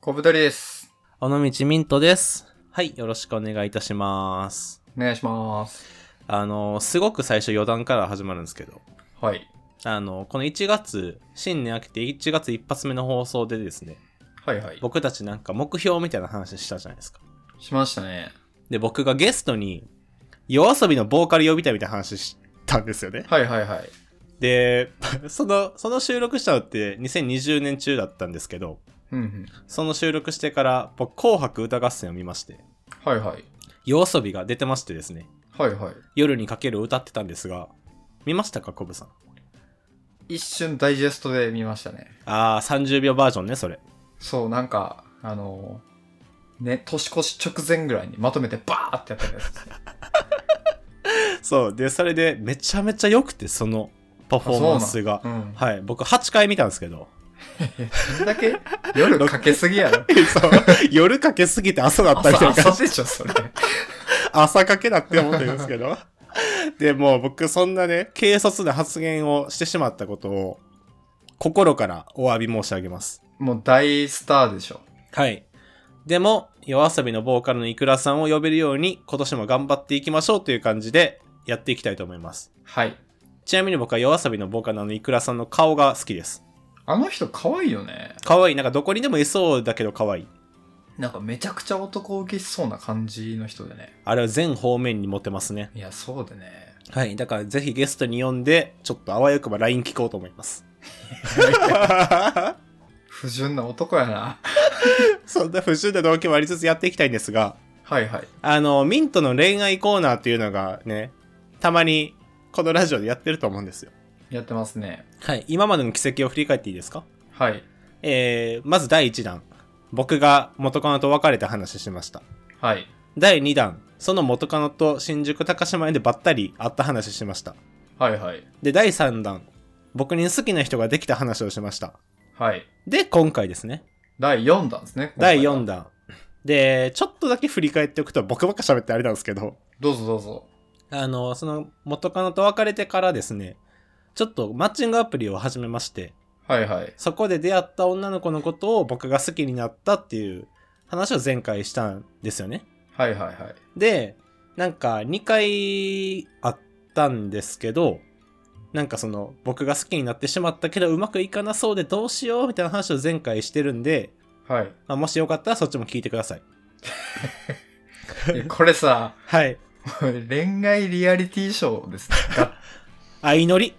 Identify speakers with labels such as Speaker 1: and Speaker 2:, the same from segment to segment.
Speaker 1: 小太りです。
Speaker 2: 尾道ミントです。はい、よろしくお願いいたします。
Speaker 1: お願いします。
Speaker 2: あの、すごく最初余談から始まるんですけど、
Speaker 1: はい。
Speaker 2: あの、この1月、新年明けて1月一発目の放送でですね、
Speaker 1: はいはい。
Speaker 2: 僕たちなんか目標みたいな話したじゃないですか。
Speaker 1: しましたね。
Speaker 2: で、僕がゲストに、夜遊びのボーカル呼びたいみたいな話したんですよね。
Speaker 1: はいはいはい。
Speaker 2: で、 その、その収録したのって2020年中だったんですけど、
Speaker 1: うんうん。
Speaker 2: その収録してから僕、紅白歌合戦を見まして、
Speaker 1: はいはい。
Speaker 2: 夜遊びが出てましてですね、
Speaker 1: はいはい。
Speaker 2: 夜にかけるを歌ってたんですが、見ましたか、コブさん。
Speaker 1: 一瞬ダイジェストで見ましたね。
Speaker 2: あー、30秒バージョンね、それ。
Speaker 1: そう、なんか、あのーね、年越し直前ぐらいにまとめてバーってやったやつ。
Speaker 2: そう、で、それで、めちゃめちゃ良くて、その、パフォーマンスが
Speaker 1: う。ん。
Speaker 2: はい、僕8回見たんですけ ど。
Speaker 1: そんだけ夜かけすぎや ろ。
Speaker 2: そう夜かけすぎて朝だったみたい
Speaker 1: 朝、
Speaker 2: な感じ
Speaker 1: 朝でしょ、それ。
Speaker 2: 朝かけだって思ってるんですけど。 でもう僕そんなね、軽率な発言をしてしまったことを、心からお詫び申し上げます。
Speaker 1: もう大スターでしょ。
Speaker 2: はい。でも、夜遊びのボーカルのイクラさんを呼べるように、今年も頑張っていきましょうという感じで、やっていきたいと思います。
Speaker 1: はい。
Speaker 2: ちなみに僕は夜遊びのボーカルのあのイクラさんの顔が好きです。
Speaker 1: あの人可愛いよね。
Speaker 2: 可愛いなんかどこにでもいそうだけど可愛い
Speaker 1: なんかめちゃくちゃ男受けしそうな感じの人でね。
Speaker 2: あれは全方面にモテますね。
Speaker 1: いや、そうでね。
Speaker 2: はい。だからぜひゲストに呼んで、ちょっとあわよくば LINE 聞こうと思います。
Speaker 1: 不純な男やな。
Speaker 2: そんな不純な動機もありつつやっていきたいんですが、
Speaker 1: はいはい。
Speaker 2: あの、ミントの恋愛コーナーっていうのがね、たまにこのラジオでやってると思うんですよ。
Speaker 1: やってますね。
Speaker 2: はい。今までの奇跡を振り返っていいですか
Speaker 1: はい。
Speaker 2: えー、まず第1弾。僕が元カノと別れた話しました。
Speaker 1: はい。
Speaker 2: 第2弾。その元カノと新宿高島屋でばったり会った話しました。
Speaker 1: はいはい。
Speaker 2: で、第3弾。僕に好きな人ができた話をしました。
Speaker 1: はい。
Speaker 2: で、今回ですね。
Speaker 1: 第4弾ですね。
Speaker 2: 第
Speaker 1: 今回
Speaker 2: 4
Speaker 1: は。
Speaker 2: 弾。で、ちょっとだけ振り返っておくと、僕ばっか喋ってあれなんですけど、
Speaker 1: どうぞどうぞ。
Speaker 2: あの、その元カノと別れてからですね、ちょっとマッチングアプリを始めまして、
Speaker 1: はいはい。
Speaker 2: そこで出会った女の子のことを僕が好きになったっていう話を前回したんですよね。
Speaker 1: はいはいはい。
Speaker 2: で、なんか2回あったんですけど、なんかその僕が好きになってしまったけどうまくいかなそうでどうしようみたいな話を前回してるんで、
Speaker 1: はい
Speaker 2: まあ、もしよかったらそっちも聞いてください。
Speaker 1: いや。これさ、
Speaker 2: はい。
Speaker 1: 恋愛リアリティショーですね。が
Speaker 2: 相乗り、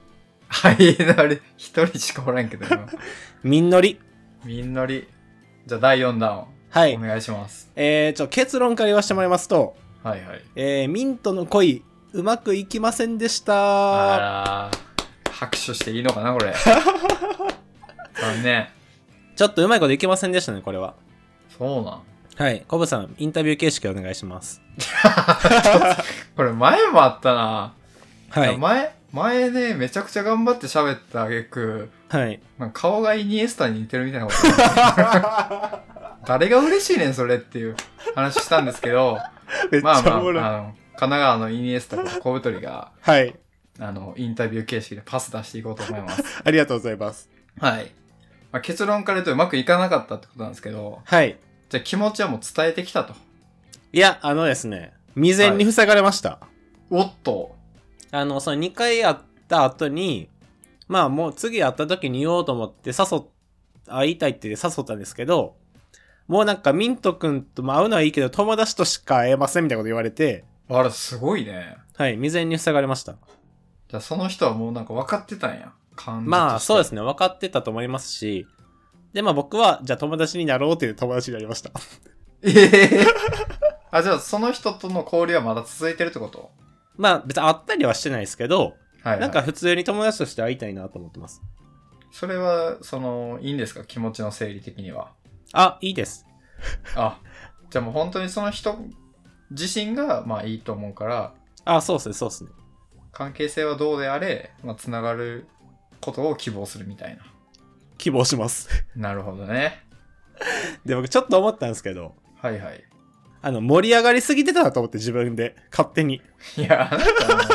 Speaker 1: はい。あれ、一人しかおらんけど今。
Speaker 2: みん乗り。
Speaker 1: みんなり。じゃあ第4弾を
Speaker 2: は
Speaker 1: お
Speaker 2: い。
Speaker 1: 願いします。
Speaker 2: えー、ちょ、結論から言わせてもらいますと、
Speaker 1: はいはい。
Speaker 2: えー、ミントの恋、うまくいきませんでした。
Speaker 1: あらー、拍手していいのかな、これ。残念。
Speaker 2: ちょっとうまいこといきませんでしたね、これは。
Speaker 1: そうなん。
Speaker 2: はい。コブさん、インタビュー形式お願いします。
Speaker 1: これ前もあったな。
Speaker 2: はい
Speaker 1: や
Speaker 2: い。
Speaker 1: 前、前ね、めちゃくちゃ頑張って喋ったあげく、
Speaker 2: はい。
Speaker 1: なんか顔がイニエスタに似てるみたいなこと 誰が嬉しいねんそれっていう話したんですけど
Speaker 2: めっ
Speaker 1: まあまああ
Speaker 2: お
Speaker 1: の
Speaker 2: もろい
Speaker 1: 神奈川のイニエスタと小太りが
Speaker 2: はい。
Speaker 1: あのインタビュー形式でパス出していこうと思います
Speaker 2: ありがとうございます。
Speaker 1: はい、まあ、結論から言うとうまくいかなかったってことなんですけど
Speaker 2: はい。
Speaker 1: じゃあ気持ちはもう伝えてきたと
Speaker 2: いや、あのですね、未然に塞がれました。
Speaker 1: おっと
Speaker 2: あの、その2回会った後に、まあもう次会った時に言おうと思って誘っ、会いたいって誘ったんですけど、もうなんかミントくんとも会うのはいいけど友達としか会えませんみたいなこと言われて、
Speaker 1: あれすごいね
Speaker 2: はい、未然に塞がれました。
Speaker 1: じゃあその人はもうなんか分かってたんや感じ
Speaker 2: まあそうですすね、分かってたと思いますし、でまあ僕は、じゃあ友達になろうという友達になりました。
Speaker 1: ええ あじゃあその人との交流はまだ続いてるってこと
Speaker 2: まあ別に会ったりはしてないですけど、
Speaker 1: はい、はい、
Speaker 2: なんか普通に友達として会いたいなと思ってます。
Speaker 1: それは、その、いいんですか気持ちの整理的には。
Speaker 2: あ、いいです。
Speaker 1: あ、じゃあもう本当にその人自身が、まあいいと思うから、
Speaker 2: あ、そうですね、そうですね。
Speaker 1: 関係性はどうであれ、まあつながることを希望するみたいな。
Speaker 2: 希望します。
Speaker 1: なるほどね。
Speaker 2: で、僕ちょっと思ったんですけど、
Speaker 1: はいはい。
Speaker 2: あの、盛り上がりすぎてたなと思って自分で、勝手に。
Speaker 1: いや、あなたもう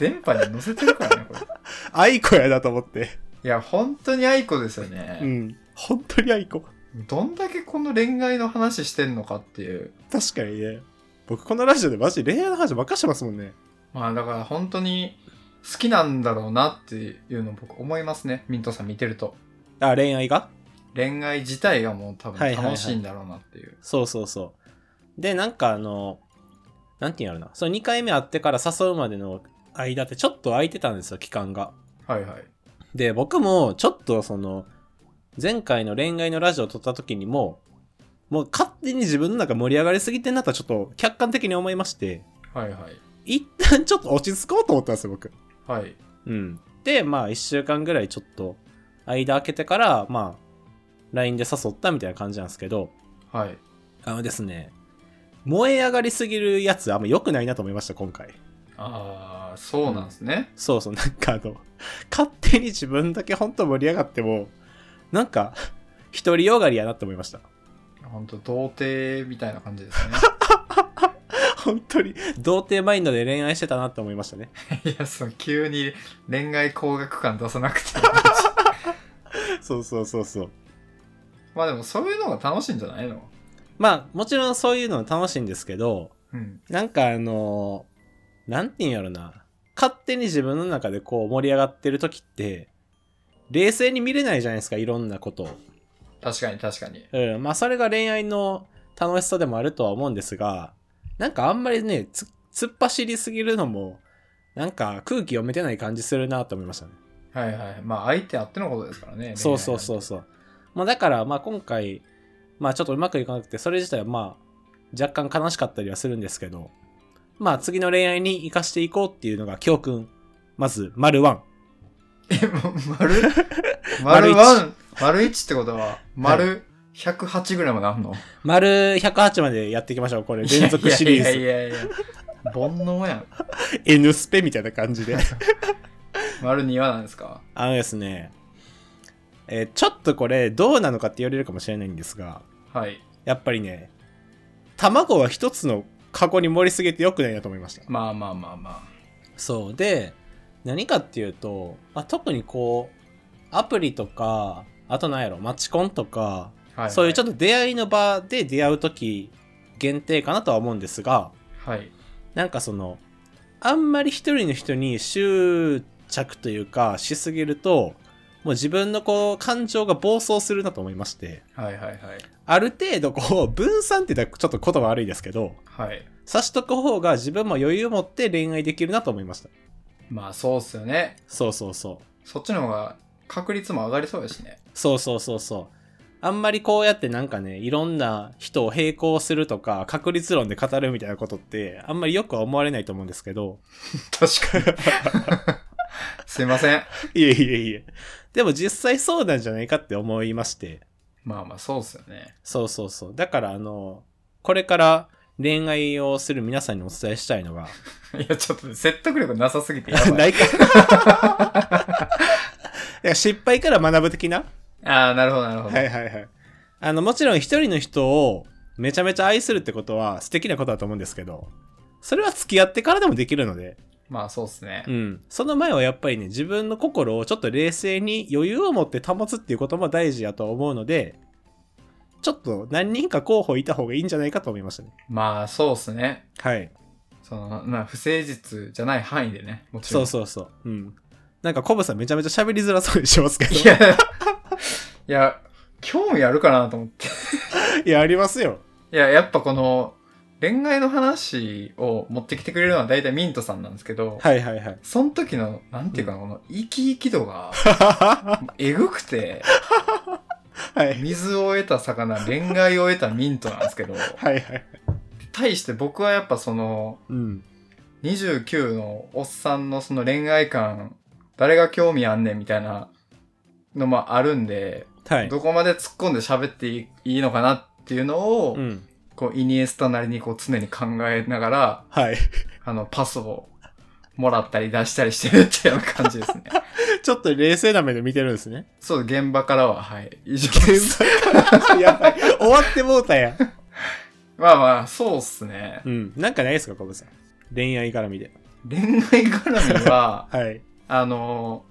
Speaker 1: 電波に乗せてるからね、これ。
Speaker 2: 愛子やだと思って。
Speaker 1: いや、本当に愛子ですよ
Speaker 2: う
Speaker 1: ね。
Speaker 2: ん。本当に愛子。
Speaker 1: どんだけこの恋愛の話してんのかっていう。
Speaker 2: 確かにね。僕このラジオでマジ恋愛の話ばっかしてますもんね。
Speaker 1: まあだから本当に好きなんだろうなっていうの僕思いますね。ミントさん見てると。
Speaker 2: あ、恋愛が
Speaker 1: 恋愛自体がもう多
Speaker 2: はい
Speaker 1: 分
Speaker 2: はいはい
Speaker 1: 楽しいんだろうなっていう。
Speaker 2: そうそうそう。で、なんかあの、なんていうんやろな。その2回目会ってから誘うまでの間ってちょっと空いてたんですよ、期間が。
Speaker 1: はいはい。
Speaker 2: で、僕もちょっとその、前回の恋愛のラジオを撮った時にも、もう勝手に自分の中盛り上がりすぎてんなとはちょっと客観的に思いまして、
Speaker 1: はいはい。
Speaker 2: 一旦ちょっと落ち着こうと思ったんですよ、僕。
Speaker 1: はい。
Speaker 2: うん。で、まあ、1週間ぐらいちょっと、間空けてから、まあ、LINE で誘ったみたいな感じなんですけど、
Speaker 1: はい。
Speaker 2: あのですね、燃え上がりすぎるやつ、あんま良くないなと思いました、今回。
Speaker 1: ああ、そうなんですね。
Speaker 2: そうそう、なんかあの、勝手に自分だけ本当盛り上がっても、なんか、独りよがりやなって思いました。
Speaker 1: 本当童貞みたいな感じです ね。
Speaker 2: 本当に、童貞マインドで恋愛してたなって思いましたね。
Speaker 1: いや、その急に恋愛工学感出さなくて。
Speaker 2: そうそうそうそう。
Speaker 1: まあでもそういうのが楽しいんじゃないの
Speaker 2: まあ、もちろんそういうの楽しいんですけど、
Speaker 1: うん。
Speaker 2: なんかあのーなんて言うんやろな。勝手に自分の中でこう盛り上がってる時って、冷静に見れないじゃないですか、いろんなことを。
Speaker 1: 確かに確かに。
Speaker 2: うん。まあ、それが恋愛の楽しさでもあるとは思うんですが、なんかあんまりね、つ突っ走りすぎるのも、なんか空気読めてない感じするなと思いましたね。
Speaker 1: はいはい。まあ相手あってのことですからね。。
Speaker 2: そうそうそううそう。まあ、だから、まあ、今回、まあ、ちょっとうまくいかなくて、それ自体はまあ、若干悲しかったりはするんですけど、まあ、次の恋愛に生かしていこうっていうのが、教訓。まず、丸ワン。
Speaker 1: え、も 丸丸
Speaker 2: 丸一
Speaker 1: 1丸1ってことは、丸108ぐらいまであん の
Speaker 2: 丸108までやっていきましょう。これ、連続シリー
Speaker 1: い
Speaker 2: ズ。
Speaker 1: やいやいやいや。煩悩やん。
Speaker 2: N スペみたいな感じで。
Speaker 1: 丸2はなんですか
Speaker 2: あのですね、えーちょっとこれ、どうなのかって言われるかもしれないんですが、
Speaker 1: はい。
Speaker 2: やっぱりね、卵は一つのカゴに盛りすぎて良くないなと思いました。
Speaker 1: まあまあまあま
Speaker 2: そうで何かっていうと、まあ、特にこうアプリとかあとなんやろマチコンとか、
Speaker 1: あ。はい、
Speaker 2: そういうちょ
Speaker 1: っ
Speaker 2: っと出会いの場で出会う時限定かなとは思うんですが
Speaker 1: と。はい。
Speaker 2: なんかそのあんまり一人の人に執着というかしすぎるともう自分のこう感情が暴走するなと思いまして
Speaker 1: はいはいはい。
Speaker 2: ある程度こう分散って言ったらちょっと言葉悪いですけど
Speaker 1: はい。
Speaker 2: 差しとく方が自分も余裕を持って恋愛できるなと思いました
Speaker 1: まあそうっすよね。
Speaker 2: そうそうそう
Speaker 1: そっちの方が確率も上がりそうやしね。
Speaker 2: そうそうそうそう。あんまりこうやってなんかね、いろんな人を並行するとか、確率論で語るみたいなことって、あんまりよくは思われないと思うんですけど。
Speaker 1: 確かに。すいません。
Speaker 2: いえいえいえ。でも実際そうなんじゃないかって思いまして。
Speaker 1: まあまあそうっすよね。
Speaker 2: そうそうそう。だからあの、これから恋愛をする皆さんにお伝えしたいのが、
Speaker 1: いや、ちょっと説得力なさすぎてやばい。
Speaker 2: ないか。 いや失敗から学ぶ的な
Speaker 1: ああ、なるほどなるほど。
Speaker 2: はいはいはい。あの、もちろん一人の人をめちゃめちゃ愛するってことは素敵なことだと思うんですけど、それは付き合ってからでもできるので、
Speaker 1: まあそうっすね
Speaker 2: う。ん。その前はやっぱりね、自分の心をちょっと冷静に余裕を持って保つっていうことも大事やと思うので、ちょっと何人か候補いた方がいいんじゃないかと思いましたね。
Speaker 1: まあそうっすね。
Speaker 2: はい。
Speaker 1: その、まあ不誠実じゃない範囲でね。もちろ
Speaker 2: そ
Speaker 1: ん。
Speaker 2: うそうそう。うん。なんかコブさんめちゃめちゃ喋りづらそうにしますけど。
Speaker 1: いや、いや、興味あるかなと思って。
Speaker 2: いや、ありますよ。
Speaker 1: いや、やっぱこの、恋愛の話を持ってきてくれるのは大体ミントさんなんですけど、
Speaker 2: はいはいはい。
Speaker 1: その時の、なんていうかな、この、生き生き度が、えぐくて、
Speaker 2: はい。
Speaker 1: 水を得た魚、恋愛を得たミントなんですけど、
Speaker 2: はいはい。
Speaker 1: 対して僕はやっぱその、
Speaker 2: うん。
Speaker 1: 29のおっさんのその恋愛観、誰が興味あんねんみたいなのもあるんで、
Speaker 2: はい。
Speaker 1: どこまで突っ込んで喋っていいのかなっていうのを、
Speaker 2: うん。
Speaker 1: こう、イニエスタなりにこう常に考えながら、
Speaker 2: はい。
Speaker 1: あの、パスをもらったり出したりしてるっていうような感じ ですね。
Speaker 2: ちょっと冷静な目で見てるんですね。
Speaker 1: そう、現場からは、はい、以上です。
Speaker 2: やばい。終わってもうたやん。
Speaker 1: まあまあ、そうっすね。
Speaker 2: うん。なんかないですか、コブさん。恋愛絡みで。
Speaker 1: 恋愛絡み は、
Speaker 2: はい。
Speaker 1: あの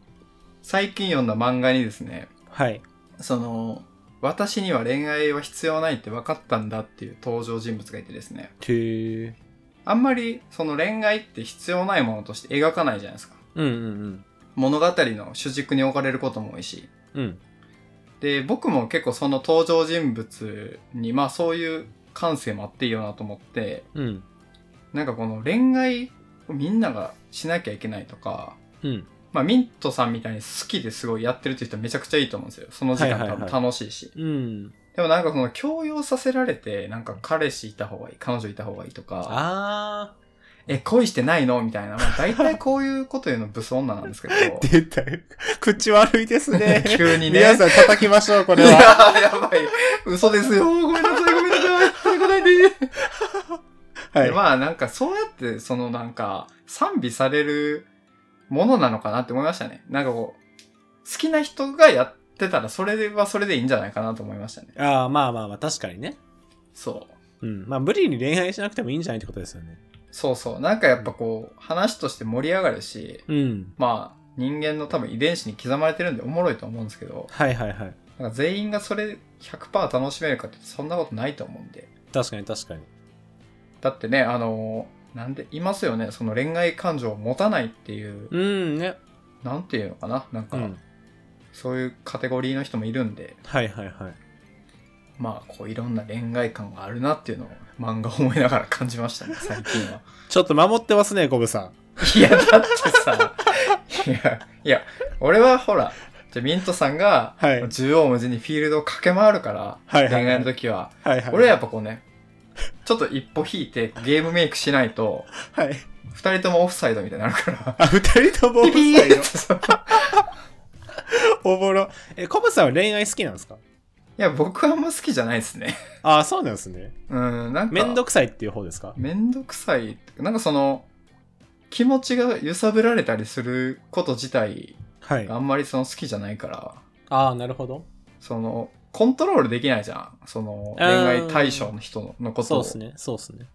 Speaker 1: 最近読んだ漫画にですね、
Speaker 2: はい。
Speaker 1: その、私には恋愛は必要ないって分かったんだっていう登場人物がいてですね。
Speaker 2: へえ。
Speaker 1: あんまりその恋愛って必要ないものとして描かないじゃないですか。
Speaker 2: うんうん
Speaker 1: 物語の主軸に置かれることも多いし。
Speaker 2: うん。うん。
Speaker 1: で、僕も結構その登場人物に、まあそういう感性もあっていいよなと思って、
Speaker 2: うん。
Speaker 1: なんかこの恋愛をみんながしなきゃいけないとか、
Speaker 2: うん。
Speaker 1: まあミントさんみたいに好きですごいやってるって人はめちゃくちゃいいと思うんですよ。その時間多分楽しいし。
Speaker 2: うん。
Speaker 1: でもなんかその強要させられて、なんか彼氏いた方がいい、彼女いた方がいいとか、
Speaker 2: あ
Speaker 1: え、恋してないのみたいな。まあ大体こういうこと言うのブス女なん ですけど。。
Speaker 2: ー。出たよ。口悪いですね
Speaker 1: 急にね。
Speaker 2: 皆さん叩きましょう、こ
Speaker 1: い
Speaker 2: れ
Speaker 1: や
Speaker 2: は。
Speaker 1: ー やばい。嘘ですよ。ごめんなさい、ごめんなさい。叩かないで
Speaker 2: はい。
Speaker 1: まあなんかそうやって、そのなんか、賛美されるものなのかなって思いましたね。なんかこう、好きな人がやってたら、それはそれでいいんじゃないかなと思いましたね。
Speaker 2: ああ、まあまあまあ、確かにね。
Speaker 1: そう。
Speaker 2: うん。まあ、無理に恋愛しなくてもいいんじゃないってことですよね。
Speaker 1: そうそう。なんかやっぱこう、話として盛り上がるし、
Speaker 2: うん。
Speaker 1: まあ、人間の多分遺伝子に刻まれてるんでおもろいと思うんですけど、
Speaker 2: はいはいはい。
Speaker 1: なんか全員がそれ100%楽しめるかってそんなことないと思うんで。
Speaker 2: 確かに確かに。
Speaker 1: だってね、あのーなんで、いますよね、その恋愛感情を持たないっていう、
Speaker 2: うんね。
Speaker 1: なんていうのかな、なん
Speaker 2: う
Speaker 1: か、
Speaker 2: ん。
Speaker 1: そういうカテゴリーの人もいるんで、
Speaker 2: はいはいはい。
Speaker 1: まあ、こう、いろんな恋愛感があるなっていうのを漫画を思いながら感じましたね、最近 は。
Speaker 2: ちょっと守ってますね、コブさ
Speaker 1: いや、だってさ、いや、いや、俺はほら、じゃあミントさんが、
Speaker 2: はい
Speaker 1: 縦横無尽にフィールドを駆け回るから、
Speaker 2: はいはいはい
Speaker 1: 恋愛の時は、
Speaker 2: ん。はいはい。
Speaker 1: 俺はやっぱこうね、ちょっと一歩引いてゲームメイクしないと、
Speaker 2: はい。
Speaker 1: 二人ともオフサイドみたいになるから。
Speaker 2: あ、二人ともオ
Speaker 1: オ
Speaker 2: フサイド。
Speaker 1: そう
Speaker 2: おもろ。え、コブさんは恋愛好きなんですか
Speaker 1: いや、僕はあんま好きじゃないですね。
Speaker 2: ああ、そうなんですね。
Speaker 1: うん、なんか。
Speaker 2: めんどくさいっていう方ですか
Speaker 1: めんどくさい。なんかその、気持ちが揺さぶられたりすること自体、
Speaker 2: はい。
Speaker 1: あんまりその好きじゃないから、
Speaker 2: ああ、なるほど。
Speaker 1: その、コントロールできないじゃん。その、
Speaker 2: あ
Speaker 1: 恋
Speaker 2: ー
Speaker 1: 愛対象の人ののこと
Speaker 2: そう
Speaker 1: を。
Speaker 2: ですね。そうですね。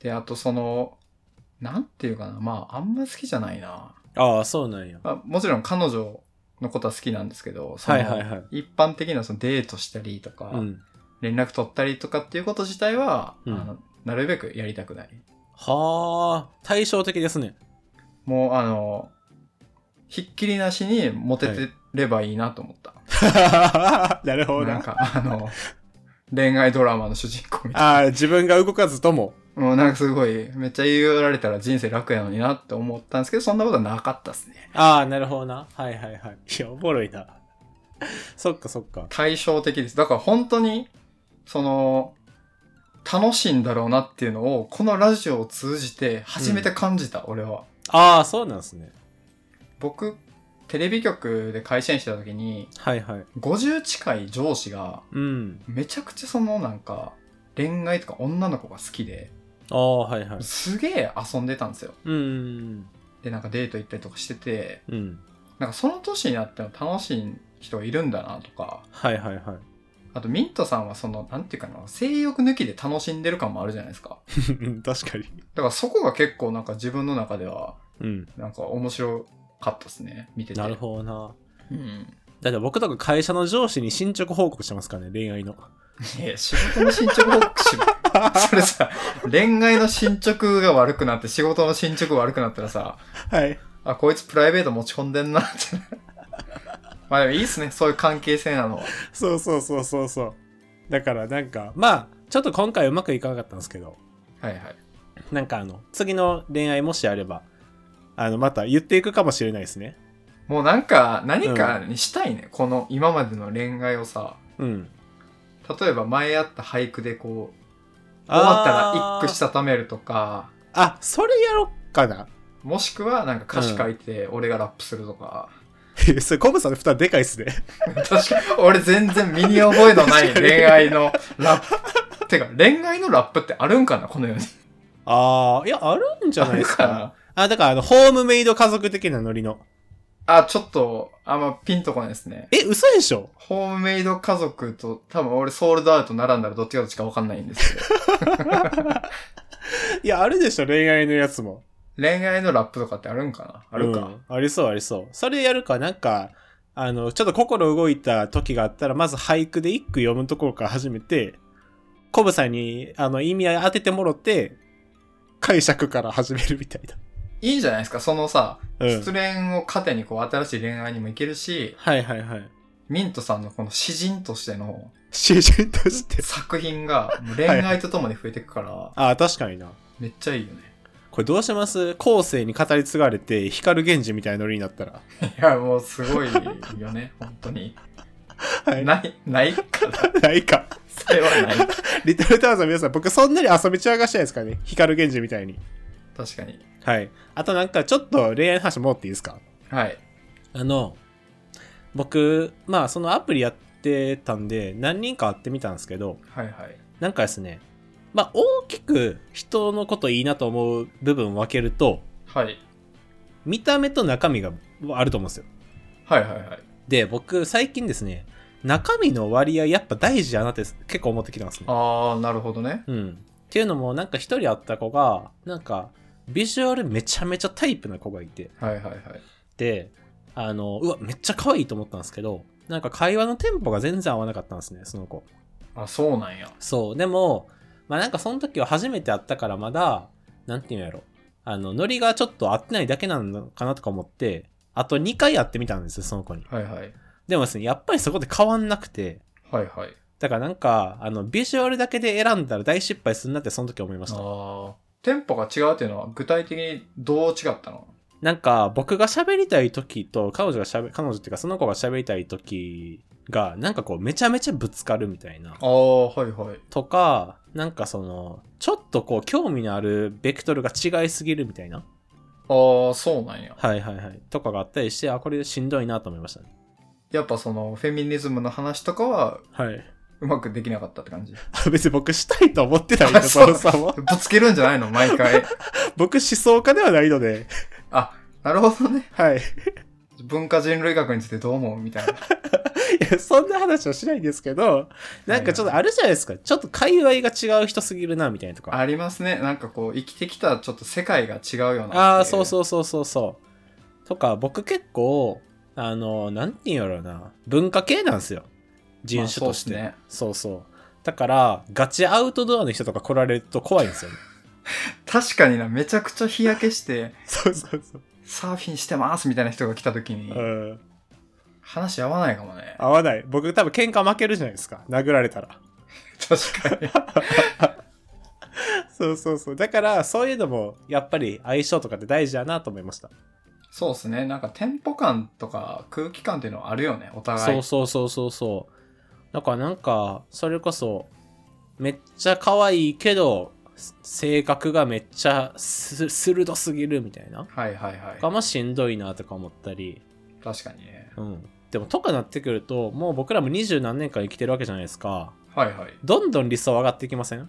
Speaker 1: で、あとその、なんていうかな。まあ、あんま好きじゃないな。
Speaker 2: ああ、そうなんや。
Speaker 1: まあ、もちろん彼女のことは好きなんですけど、その
Speaker 2: はいはいはい。
Speaker 1: 一般的なそのデートしたりとか、
Speaker 2: うん。
Speaker 1: 連絡取ったりとかっていうこと自体は、
Speaker 2: うん
Speaker 1: あのなるべくやりたくない。
Speaker 2: はあ、対照的ですね。
Speaker 1: もうあの、ひっきりなしにモテてればいいなと思った。
Speaker 2: なるほど
Speaker 1: なん
Speaker 2: な。
Speaker 1: かあの、恋愛ドラマの主人公みたい
Speaker 2: ああ、自分が動かずとも。
Speaker 1: な。もうなんかすごい、めっちゃ言い寄られたら人生楽やのになって思ったんですけど、そんなことはなかったですね。
Speaker 2: ああ、なるほどな。はいはいはい。いや、おもろいな。そっかそっか。
Speaker 1: 対照的です。だから本当に、その、楽しいんだろうなっていうのを、このラジオを通じて初めて感じた、俺は。
Speaker 2: ああ、そうなんですね。
Speaker 1: 僕、テレビ局で会社員してた時に、
Speaker 2: はいはい。
Speaker 1: 50近い上司が、
Speaker 2: うん。
Speaker 1: めちゃくちゃそのなんか恋愛とか女の子が好きで
Speaker 2: ああ、はいはい。
Speaker 1: すげえ遊んでたんですよ
Speaker 2: うん。
Speaker 1: でなんかデート行ったりとかしてて
Speaker 2: うん。
Speaker 1: なんかその年になっても楽しい人がいるんだなとか
Speaker 2: はいはいはい。
Speaker 1: あとミントさんはそのなんていうかな性欲抜きで楽しんでる感もあるじゃないですか
Speaker 2: うん確かに。
Speaker 1: だからそこが結構なんか自分の中では
Speaker 2: うん。
Speaker 1: なんか面白かったですね見てて
Speaker 2: なるほどな。
Speaker 1: うん、
Speaker 2: だって僕とか会社の上司に進捗報告してますからね、恋愛の。
Speaker 1: いや仕事の進捗報告しろ それさ恋愛の進捗が悪くなって仕事の進捗悪くなったらさ
Speaker 2: はい。
Speaker 1: あ、こいつプライベート持ち込んでんなって。 まあでもいいっすね、そういう関係性なのは。
Speaker 2: そうそうそうそうそう。だからなんか、まあ、ちょっと今回うまくいかなかったんですけど、
Speaker 1: はいはい。
Speaker 2: なんかあの、次の恋愛もしあれば、あの、また言っていくかもしれないですね。
Speaker 1: もうなんか、何かにしたいね、この今までの恋愛をさ、
Speaker 2: うん。。
Speaker 1: 例えば前あった俳句でこう、終わったら一句したためるとか、
Speaker 2: あ、それやろっかな。
Speaker 1: もしくはなんか歌詞書いて俺がラップするとか。
Speaker 2: それ、コブさんの負担でかいっすね。
Speaker 1: 確かに、俺全然身に覚えのない恋愛 のラップ。てか、恋愛のラップってあるんかなこの世に。
Speaker 2: ああ、いや、あるんじゃ
Speaker 1: あ
Speaker 2: ない
Speaker 1: る
Speaker 2: です
Speaker 1: か
Speaker 2: か。
Speaker 1: な
Speaker 2: あ、だからあの、ホームメイド家族的なノリの。
Speaker 1: あ、ちょっと、あんまピンとこないですね。
Speaker 2: え、嘘でしょ
Speaker 1: ホームメイド家族と、多分俺ソールドアウト並んだらどっちがどっちか分かんないんですけ ど。
Speaker 2: いや、あるでしょ、恋愛のやつも。
Speaker 1: 恋愛のラップとかってあるんかなあるか、
Speaker 2: うんありそう、ありそう。それやるか、なんか、あの、ちょっと心動いた時があったら、まず俳句で一句読むところから始めて、コブさんに、あの、意味合い当ててもろて、解釈から始めるみたい
Speaker 1: いいんじゃないですかそのさ、
Speaker 2: な。うん。
Speaker 1: 失恋を糧にこう新しい恋愛にもいけるし、
Speaker 2: はいはいはい。
Speaker 1: ミントさんのこの詩人としての
Speaker 2: 主人として。
Speaker 1: 作品がもう恋愛とともに増えていくから、
Speaker 2: ああ、確かにな。
Speaker 1: めっちゃいいよね。
Speaker 2: これどうします後世に語り継がれて、光源氏みたいなノリになったら。
Speaker 1: いや、もうすごいよ ね、本当に。
Speaker 2: はい
Speaker 1: ない、ないから、
Speaker 2: ないか。
Speaker 1: それはない。
Speaker 2: リトルタワーズの皆さん、僕そんなに遊び散らかしてないですからね。光源氏みたいに。
Speaker 1: 確かに。
Speaker 2: はい。あとなんかちょっと恋愛の話戻っていいですか
Speaker 1: はい。
Speaker 2: あの、僕、まあそのアプリやってたんで、何人か会ってみたんですけど、
Speaker 1: はいはい。
Speaker 2: なんかですね、まあ大きく人のこといいなと思う部分を分けると、
Speaker 1: はい。
Speaker 2: 見た目と中身があると思うんですよ。
Speaker 1: はいはいはい。
Speaker 2: で、僕最近ですね、中身の割合やっぱ大事やなって結構思ってきたんですね。
Speaker 1: あー、なるほどね。
Speaker 2: うん。っていうのも、なんか一人会った子が、なんか、ビジュアルめちゃめちゃタイプな子がいて、
Speaker 1: はいはいはい。
Speaker 2: で、あの、うわ、めっちゃ可愛いと思ったんですけど、なんか会話のテンポが全然合わなかったんですね、その子。
Speaker 1: あ、そうなんや。
Speaker 2: そう、でも、まあなんかその時は初めて会ったからまだ、なんていうんやろ、あの、ノリがちょっと合ってないだけなのかなとか思って、あと2回会ってみたんですよ、その子に。
Speaker 1: はいはい。
Speaker 2: でもですね、やっぱりそこで変わんなくて、
Speaker 1: はいはい。
Speaker 2: だからなんか、あの、ビジュアルだけで選んだら大失敗するなってその時思いま
Speaker 1: あ
Speaker 2: した。
Speaker 1: ー。テンポが違うっていうのは具体的にどう違ったの
Speaker 2: なんか僕が喋りたい時と彼女が喋彼女っていうかその子が喋りたい時がなんかこうめちゃめちゃぶつかるみたいな
Speaker 1: あー、はいはい。
Speaker 2: とかなんかそのちょっとこう興味のあるベクトルが違いすぎるみたいな
Speaker 1: あー、そうなんや。
Speaker 2: はいはいはいとかがあったりしてあこれしんどいなと思いましたね
Speaker 1: やっぱその、フェミニズムの話とかは
Speaker 2: はい
Speaker 1: うまくできなかったって感じ。
Speaker 2: 別に僕したいと思ってないん
Speaker 1: あ
Speaker 2: でそ
Speaker 1: そう
Speaker 2: もそ も
Speaker 1: ぶつけるんじゃないの毎 回。
Speaker 2: 僕思想家ではないので
Speaker 1: あ、なるほどね。
Speaker 2: はいい
Speaker 1: 文化人類学についてどう思うみたいな。
Speaker 2: やそんな話はしないんですけどなんかちょっとあるじゃないですかちょっと界隈が違う人すぎるなみたいなとか
Speaker 1: ありますね。なんかこう、生きてきたちょっと世界が違うような。
Speaker 2: ああ、そう
Speaker 1: う。
Speaker 2: そうそうそうそう。とか、僕結構、あの、なんて言うんやろうな、文化系なんですよ。人種として。
Speaker 1: まあそうっ
Speaker 2: そうそう。だから、ガチアウトドアの人とか来られると怖いんですよね。
Speaker 1: 確かにな、めちゃくちゃ日焼けして、
Speaker 2: そうそうそう。
Speaker 1: サーフィンしてますみたいな人が来た時に、
Speaker 2: うん。
Speaker 1: 話合わないかもね。
Speaker 2: 合わない。僕多分喧嘩負けるじゃないですか。殴られたら。
Speaker 1: 確かに。
Speaker 2: そうそうそう。だから、そういうのも、やっぱり相性とかって大事だなと思いました。
Speaker 1: そうですね。なんかテンポ感とか空気感っていうのはあるよね、お互
Speaker 2: そ。
Speaker 1: いう
Speaker 2: そうそうそうそう。だからなんか、それこそ、めっちゃ可愛いけど、す性格がめっちゃす鋭すぎるみたいな。
Speaker 1: はいはいは
Speaker 2: が
Speaker 1: い。
Speaker 2: ましんどいなとか思ったり。
Speaker 1: 確かにね。
Speaker 2: うん。でも、とかなってくると、もう僕らも二十何年間生きてるわけじゃないですか。
Speaker 1: はいはい。
Speaker 2: どんどん理想上がってきません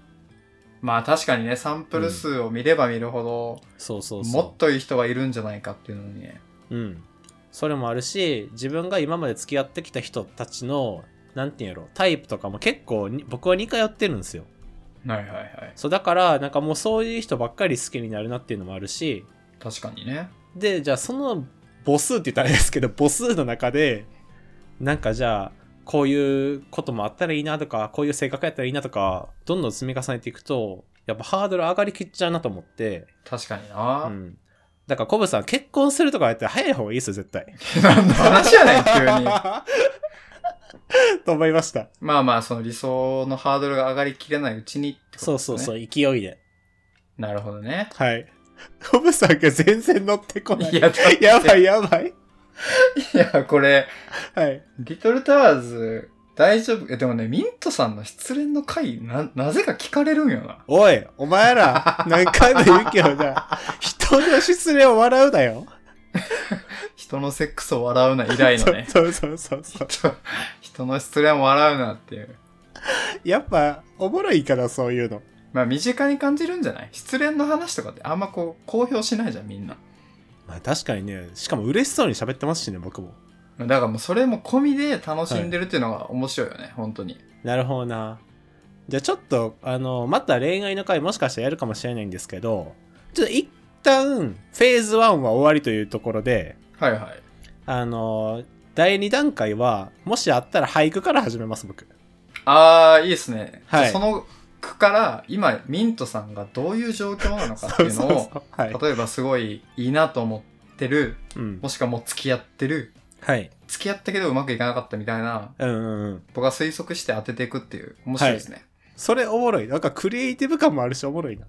Speaker 1: まあ確かにね、サンプル数を見れば見るほど、
Speaker 2: そうそうそう。
Speaker 1: もっといい人はいるんじゃないかっていうのにね。
Speaker 2: うん。それもあるし、自分が今まで付き合ってきた人たちの、なんていうんやろ、タイプとかも結構に、僕は似通ってるんですよ。
Speaker 1: はいはいはい。
Speaker 2: そうだからなんかもうそういう人ばっかり好きになるなっていうのもあるし
Speaker 1: 確かにね。
Speaker 2: でじゃあその母数って言ったらあれですけど母数の中でなんかじゃあこういうこともあったらいいなとかこういう性格やったらいいなとかどんどん積み重ねていくとやっぱハードル上がりきっちゃうなと思って、
Speaker 1: 確かに
Speaker 2: う
Speaker 1: な。
Speaker 2: ん、だからコブさん結婚するとかやったら早い方がいいですよ絶対
Speaker 1: 何の話やねん、急に。
Speaker 2: と思いました
Speaker 1: まあまあ、その理想のハードルが上がりきれないうちにってこと
Speaker 2: そう
Speaker 1: です
Speaker 2: そ
Speaker 1: ね。。
Speaker 2: うそうう勢いで
Speaker 1: なるほどね。
Speaker 2: はいコブさんが全然乗ってこない
Speaker 1: いやだって
Speaker 2: やばいやばい
Speaker 1: いや、これ、
Speaker 2: はい
Speaker 1: リトルタワーズ、大丈夫。え、でもね、ミントさんの失恋の回、な、なぜか聞かれるんよな。
Speaker 2: おい、お 前ら、何回も言うけどな、人の失礼を笑うなよ。。
Speaker 1: 人のセックスを笑うな以来のね
Speaker 2: そうそうそうそう。
Speaker 1: 人人の失恋を笑うなっていう。
Speaker 2: やっぱ、おもろいから、そういうの。
Speaker 1: まあ、身近に感じるんじゃない失恋の話とかってあんまこう、公表しないじゃん、みんな。
Speaker 2: まあ確かにね、しかも嬉しそうに喋ってますしね、僕も。
Speaker 1: だからもう、それも込みで楽しんでるっていうのが面白いよね、本当に。
Speaker 2: なるほどな。じゃあちょっと、あの、また恋愛の回もしかしたらやるかもしれないんですけど、ちょっと一旦、フェーズ1は終わりというところで、
Speaker 1: はいはい。
Speaker 2: あの、第2段階は、もしあったら俳句から始めます、僕。
Speaker 1: あー、いいですね。
Speaker 2: はい
Speaker 1: じゃあその句から、今、ミントさんがどういう状況なのかっていうのを、
Speaker 2: う。はい。
Speaker 1: 例えばすごいいいなと思ってる、
Speaker 2: うん
Speaker 1: も。しくはもう付き合ってる、
Speaker 2: はい。
Speaker 1: 付き合ったけどうまくいかなかったみたいな、
Speaker 2: うんうんうん。
Speaker 1: 僕は推測して当てていくっていう、面白いですね。
Speaker 2: それおもろい。なんかクリエイティブ感もあるしおもろいな。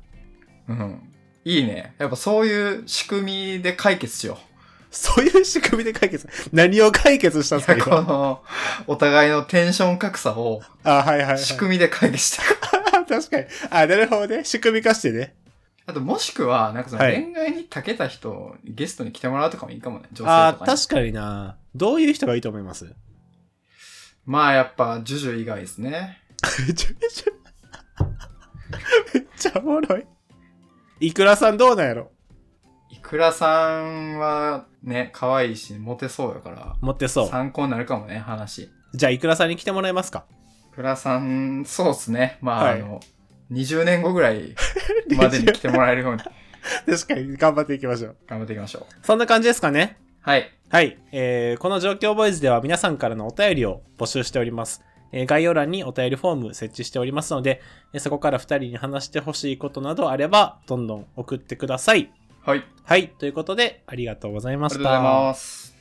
Speaker 1: うん。いいね。やっぱそういう仕組みで解決しよ
Speaker 2: そういう仕組みで解決。何を解決した
Speaker 1: う。
Speaker 2: んですか
Speaker 1: こ
Speaker 2: 今
Speaker 1: の、お互いのテンション格差を
Speaker 2: あ、はいはい、はい。
Speaker 1: 仕組みで解決していく。
Speaker 2: 確かに。あ、なるほどね。仕組み化してね。
Speaker 1: あと、もしくは、なんかその
Speaker 2: はい
Speaker 1: 恋愛に長けた人をゲストに来てもらうとかもいいかもね。女性とか
Speaker 2: あ
Speaker 1: に。
Speaker 2: 確かにな。どういう人がいいと思います
Speaker 1: まあ、やっぱ、ジュジュ以外ですね。
Speaker 2: めちゃめちゃめっちゃおもろい。いくらさんどうなんやろ
Speaker 1: いくらさんは、ね、可愛いし、モテそうやから。
Speaker 2: 持ってそう。
Speaker 1: 参考になるかもね、話。い
Speaker 2: じゃあ、いくらさんに来てもらえますか
Speaker 1: くらさん、そうっすね。まあ、
Speaker 2: はい
Speaker 1: あの、20年後ぐらいまでに来てもらえるように
Speaker 2: 確かに、頑張っていきましょう。
Speaker 1: 頑張っていきましょう。
Speaker 2: そんな感じですかね。
Speaker 1: はい。
Speaker 2: はい、えーこの状況ボーイズでは皆さんからのお便りを募集しております。えー概要欄にお便りフォーム設置しておりますので、えーそこから2人に話してほしいことなどあれば、どんどん送ってください。
Speaker 1: はい。あり
Speaker 2: はい、ということで、ありがとうございま
Speaker 1: がと
Speaker 2: し
Speaker 1: うござい
Speaker 2: た。
Speaker 1: ます。